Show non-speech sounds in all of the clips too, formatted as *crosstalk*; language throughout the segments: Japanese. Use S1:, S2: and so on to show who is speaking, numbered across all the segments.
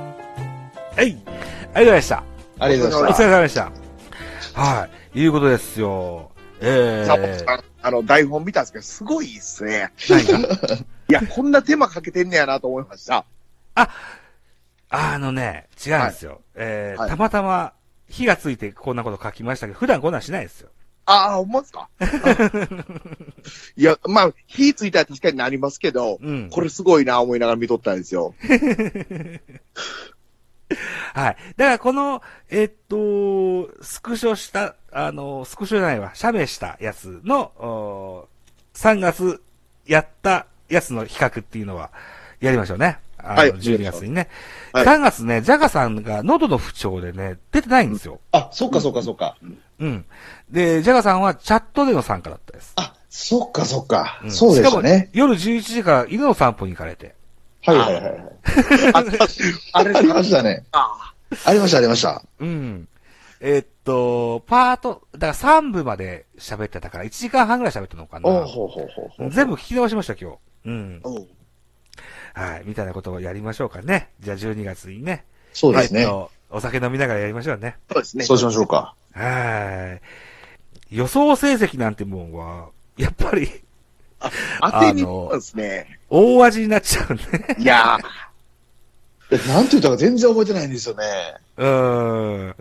S1: はい。ありがとうございました。
S2: ありがとうござい
S1: お
S2: ま
S1: 疲
S2: し
S1: れ様でした。はい。いうことですよ。え
S3: ザボ
S1: ー
S3: さん、あの、台本見たんですけど、すごいっすね。
S1: 何が
S3: いや、こんな手間かけてんねやなと思いました。
S1: あのね、違うんですよ。えー
S3: はい
S1: たまたま火がついてこんなこと書きましたけど、普段こんなんしないですよ。
S3: ああ、ほんまっす
S2: *laughs*
S3: かいや、まあ、火ついたら確かになりますけど、
S1: うん。
S3: これすごいな思いながら見とったんです
S2: *laughs*
S3: よ。
S1: はい。だからこの、えっと、スクショした、あの、スクショじゃないわ、写メしたやつの、お3月やったやつの比較っていうのは、やりましょうね。あの
S3: はい
S1: 12月にね。
S3: はい
S1: 3月ね、ジャガさんが喉の不調でね、出てないんですよ。
S2: た。あ、そっかそっかそっか。
S1: うん。で、ジャガさんはチャットでの参加だったです。
S2: あ、そっかそっか。
S1: ん
S2: そうでしたね。
S1: しかも夜11時から犬の散歩に行かれて。
S2: はいはいはいはい。
S3: ああれ
S2: ありましたね。
S3: か。
S2: ありましたありました。
S1: うん。えっと、パート、だから3部まで喋ってたから、1時間半ぐらい喋ったのかな。
S2: おうほうほうほうほう。
S1: 全部聞き直しました、今日。うん。
S3: おう
S1: はい。みたいなことをやりましょうかね。じゃあ12月にね。
S2: そうです
S1: えっ
S2: ね。
S1: とお酒飲みながらやりましょうね。
S3: そうですね。
S2: そうしましょうか。
S1: はい。予想成績なんてもんは、やっぱり、 *laughs*
S3: 当てに行ったんですね。
S1: 大味になっちゃうね。 *laughs*
S3: いや
S2: えなんて言ったか全然覚えてないんですよね。
S1: うーん。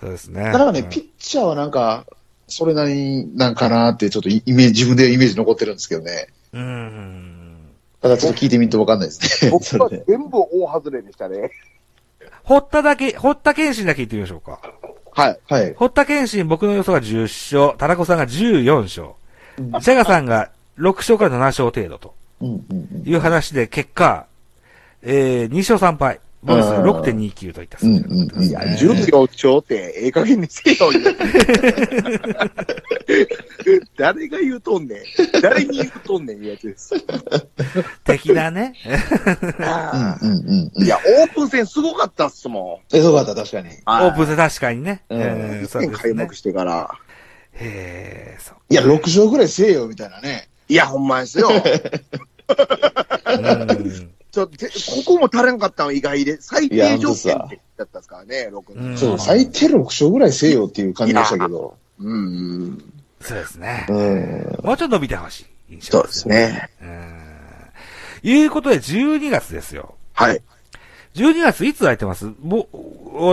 S1: そうですね。
S2: ただからね、
S1: うん
S2: ピッチャーはなんか、それなりなんかなって、ちょっとイメージ、自分でイメージ残ってるんですけどね。
S1: うーん。
S2: ただちょっと聞いてみるとわかんないです
S3: ー、
S2: ね。
S3: 僕
S2: *laughs* そ
S3: は
S2: れで。
S3: 全部大外れでしたね。
S1: 堀田だけ、堀田健信だけ言ってみましょうか。
S3: はい。
S2: はい。
S1: 堀田健信、僕の予想が10勝、田中さんが14勝、ジャガさんが6勝から7勝程度と
S2: うんうんうん。
S1: いう話で、結果、えー、2勝3敗、ボルス
S2: うん
S1: 6.29といった数字になってますね
S2: うんうんうん
S3: 十秒超って、ええ加減につけよう *laughs* よ誰が言うとんねん。誰に言うとんねん、いうやつです。
S1: 的なね。
S3: あ
S2: うんうんうんう
S3: ー
S2: ん。
S3: いや、オープン戦すごかったっすも
S2: え、そうだった、確かに。
S3: ん。
S1: オープン
S3: ン
S1: 戦確かにね。
S2: うん
S1: えーそう
S3: 戦
S1: です
S3: 開
S1: ね
S3: 幕。してから。
S1: へー、そう。
S2: いや、6勝ぐらいせえよ、みたいなね。
S3: いや、ほんまです *laughs* よ。
S1: うん
S3: ちょでここも足らんかったの意外で、最低条件って言っちゃったんですからね、6
S1: うん
S3: 人。
S2: そう、最低6勝ぐらいせえよっていう感じでしたけど。
S3: うん。
S1: そうですね。
S2: うん。
S1: もうちょっと伸びてほしい印
S3: そ
S1: 象
S3: うです。ね。
S1: うん。いうことで、12月ですよ。
S3: はい。
S1: 12月いつ空いてますぼ、あ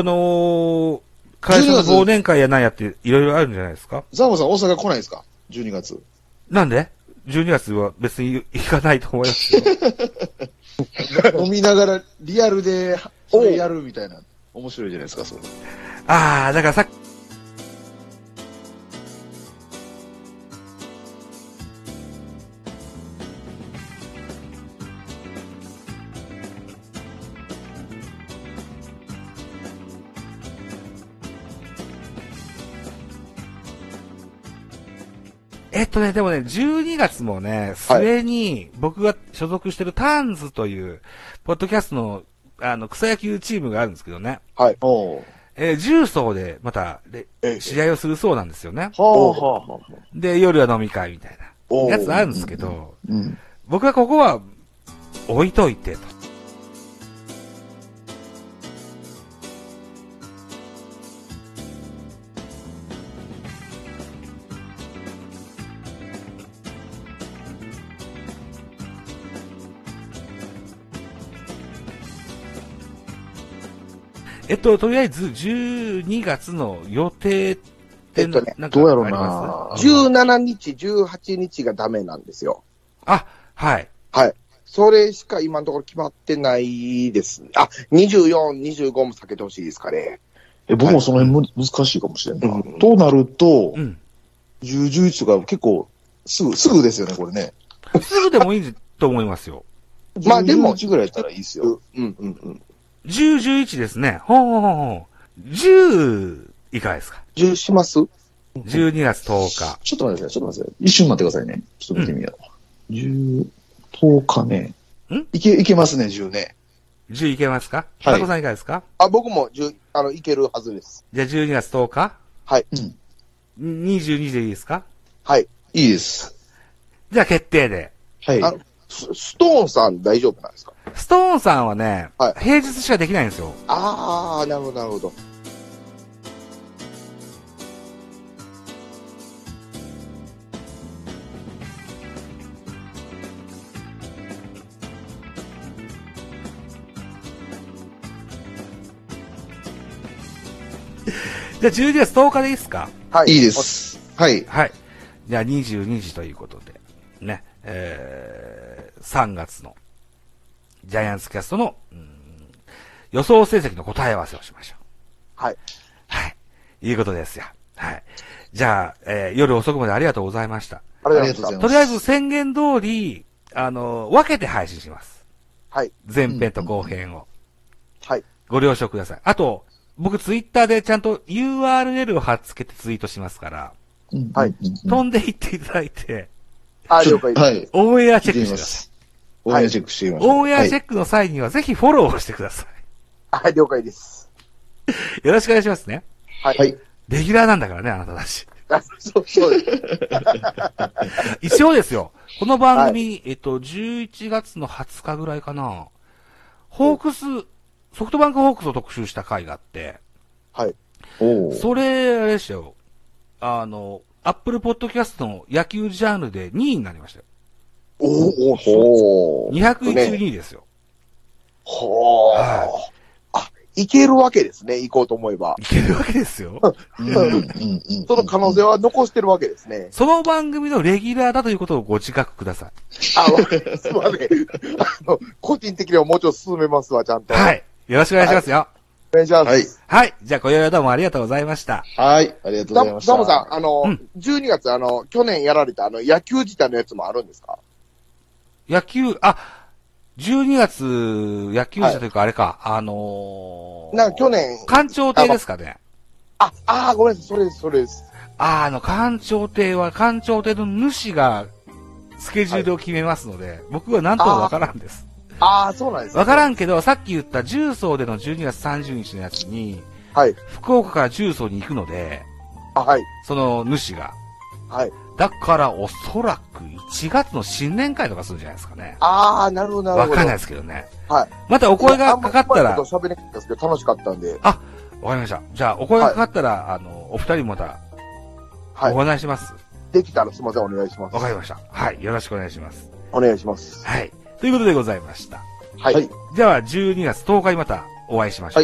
S1: のー、会社の
S2: 12月
S1: 忘年会やなんやっていろいろあるんじゃないですか
S2: ザボさん、大阪来ないですか ?12 月。 *laughs*
S1: なんで ?12 月は別に行かないと思いますよ。
S2: 飲みながらリアルで、それやるみたいな。面白いじゃないですか、そう。
S1: あー、だからさっきえっとね、でもね、12月もね、末に僕が所属してるターンズという、ポッドキャストの、あの、草野球チームがあるんですけどね。
S2: おう
S1: えー重曹でまたれ
S3: ええ
S1: 試合をするそうなんですよね。
S2: ほうほう
S3: はは
S1: で、夜は飲み会みたい
S3: お
S1: な
S3: う
S1: やつあるんですけど、
S2: うん。
S1: 僕はここは置いといてと。えっと、とりあえず12月の予定って
S3: えっとね
S1: なんか
S2: どうやろう
S1: あります
S3: 17日、18日がダメなんですよ。
S1: あ、はい。
S3: それしか今のところ決まってないです。あ、24、25も避けてほしいですかね。
S2: え、僕もその辺む難しいかもしれん
S3: う。
S2: なんとなると
S1: う、ん。
S2: 10、11とか結構、すぐ、すぐですよね、これね。
S1: すぐでもいいと思いますよ。
S3: まあでも
S2: 10 11ぐらいやったらいいです
S3: う
S2: よ。
S3: ん、うん、うん。
S1: 10、11ですね。ほうほうほうほう。10、いかがですか
S3: 10します
S1: ?12 月10日。
S2: ちょっと待ってください、ちょっと待ってください。一瞬待ってくださいね。ちょっと見てみよう。10、10日ね。
S1: ん
S2: いけ、いけますね、10ね。
S1: 10いけますか
S2: はい
S1: タコさんいかがですか
S3: あ、僕も10、あの、いけるはずです。
S1: じゃあ12月10日
S2: うん。
S1: 22でいいですか
S3: はい。
S2: いいです。
S1: じゃあ決定で。
S2: はい。
S3: あのスストーンさん大丈夫なんですか
S1: スストーンさんはね、
S3: は
S1: 平日しかできないんですよ。
S3: ああ、なるほど、なるほど。
S1: じゃあ12月10日でいいですか
S3: はい。
S2: いいで。す。はい。
S1: はい。じゃあ22時ということで、ね、えー、3月のジャイアンツキャストの、うん予想成績の答え合わせをしましょう。
S3: はい。
S1: はい。いうことですよ。はい。じゃあ、えー夜遅くまでありがとうございました。
S3: ありがとうござい
S2: ありがとうござい
S3: ま
S2: ま
S3: し
S2: す
S1: とりあえず宣言通り、あの、分けて配信します。
S3: た。はい。
S1: 前編と後編を。
S3: はい。
S1: ご了承ください。あと、僕ツイッターでちゃんと URL を貼っつけてツイートしますから、
S3: はい
S1: 飛んでいっていただいて、
S3: あ、了解です。
S2: はい。
S1: オンエアチ
S2: 聞
S1: ェッ
S2: いて
S1: クしてく
S2: みま
S1: ださい。
S2: す。オンエアチェックしてみましょう。
S1: オンエアチェ
S2: ッ
S1: ックの際にはぜひフォローをしてくださ
S3: はい、了解です。
S1: い。よろしくお願いしますね。
S3: はい。
S2: はい。
S1: レギュラーなんだからね、あなたたち。
S3: あそう、そうです。
S1: 一応ですよ。この番組、えっと、11月の20日ぐらいかな。ホークス、ソフトバンクホークスを特集した回があって、
S3: はい。
S2: おー
S1: それ、あれでしたよ。あの、アップルポッドキャストの野球ジャンルで2位になりましたよ。
S3: おおほー。
S1: 201位ですよ。
S3: ほー
S1: はい。
S3: あ、いけるわけですね、行こうと思えば。
S1: いけるわけですよ。
S2: うんうんうんうん
S3: その可能性は残してるわけですね。
S1: その番組のレギュラーだということをご自覚ください。
S3: あ、わすまね。あの、個人的にはもうちょっと進めますわ、ちゃんと。
S1: は。い。よろしくお願いしますよ。
S3: お願いします。
S2: はい。
S1: はい。じゃあ、今宵はどうもありがとうございました。
S2: はい。ありがとうご
S3: ザ
S2: ざいま
S3: ボ
S2: した。
S3: ザボさん、あの、
S1: うん
S3: 12月、あの、去年やられた、あの、野球自体のやつもあるんですか
S1: 野球、あ、12月、野球者というか、あれか、あのー、
S3: なんか去年
S1: 官庁亭ですかね。
S3: あ、あーごめんなさい、それです、それです。
S1: ああの、官庁亭は、官庁亭の主が、スケジュールを決めますので、僕は何ともわからんです。
S3: ああ、そうなんですね
S1: わからんけど、さっき言った重曹での12月30日のやつに、
S3: はい。
S1: 福岡から重曹に行くので、
S3: あ、はい。
S1: その主が。
S3: はい。
S1: だから、おそらく1月の新年会とかするんじゃないですかね。
S3: ああ、なるほど、な
S1: わ
S3: るほど。
S1: かんないですけどね。
S3: はい。
S1: またお声がかかった
S3: あんまりうまい
S1: ら
S3: こ、と喋れなかったですけど、楽しかったんで。
S1: わかりました。じゃあ、お声がかかったら、あの、お二人もまた、
S3: はい
S1: お。話しします。
S3: できたらすみません、お願いします。
S1: わかりました。はい。よろしくお願いします。
S3: お願いします。
S1: はい。ということでございました。
S3: はい。は
S2: は
S3: いい、
S1: では、12月10日にまたお会いしましょう。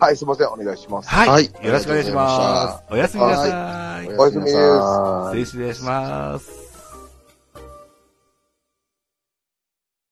S2: はい
S3: すみません、お願いします。
S1: はい。
S2: はい
S1: よろしくお願いします。おやすみなさい。
S2: おやすみなさい
S1: 失礼します。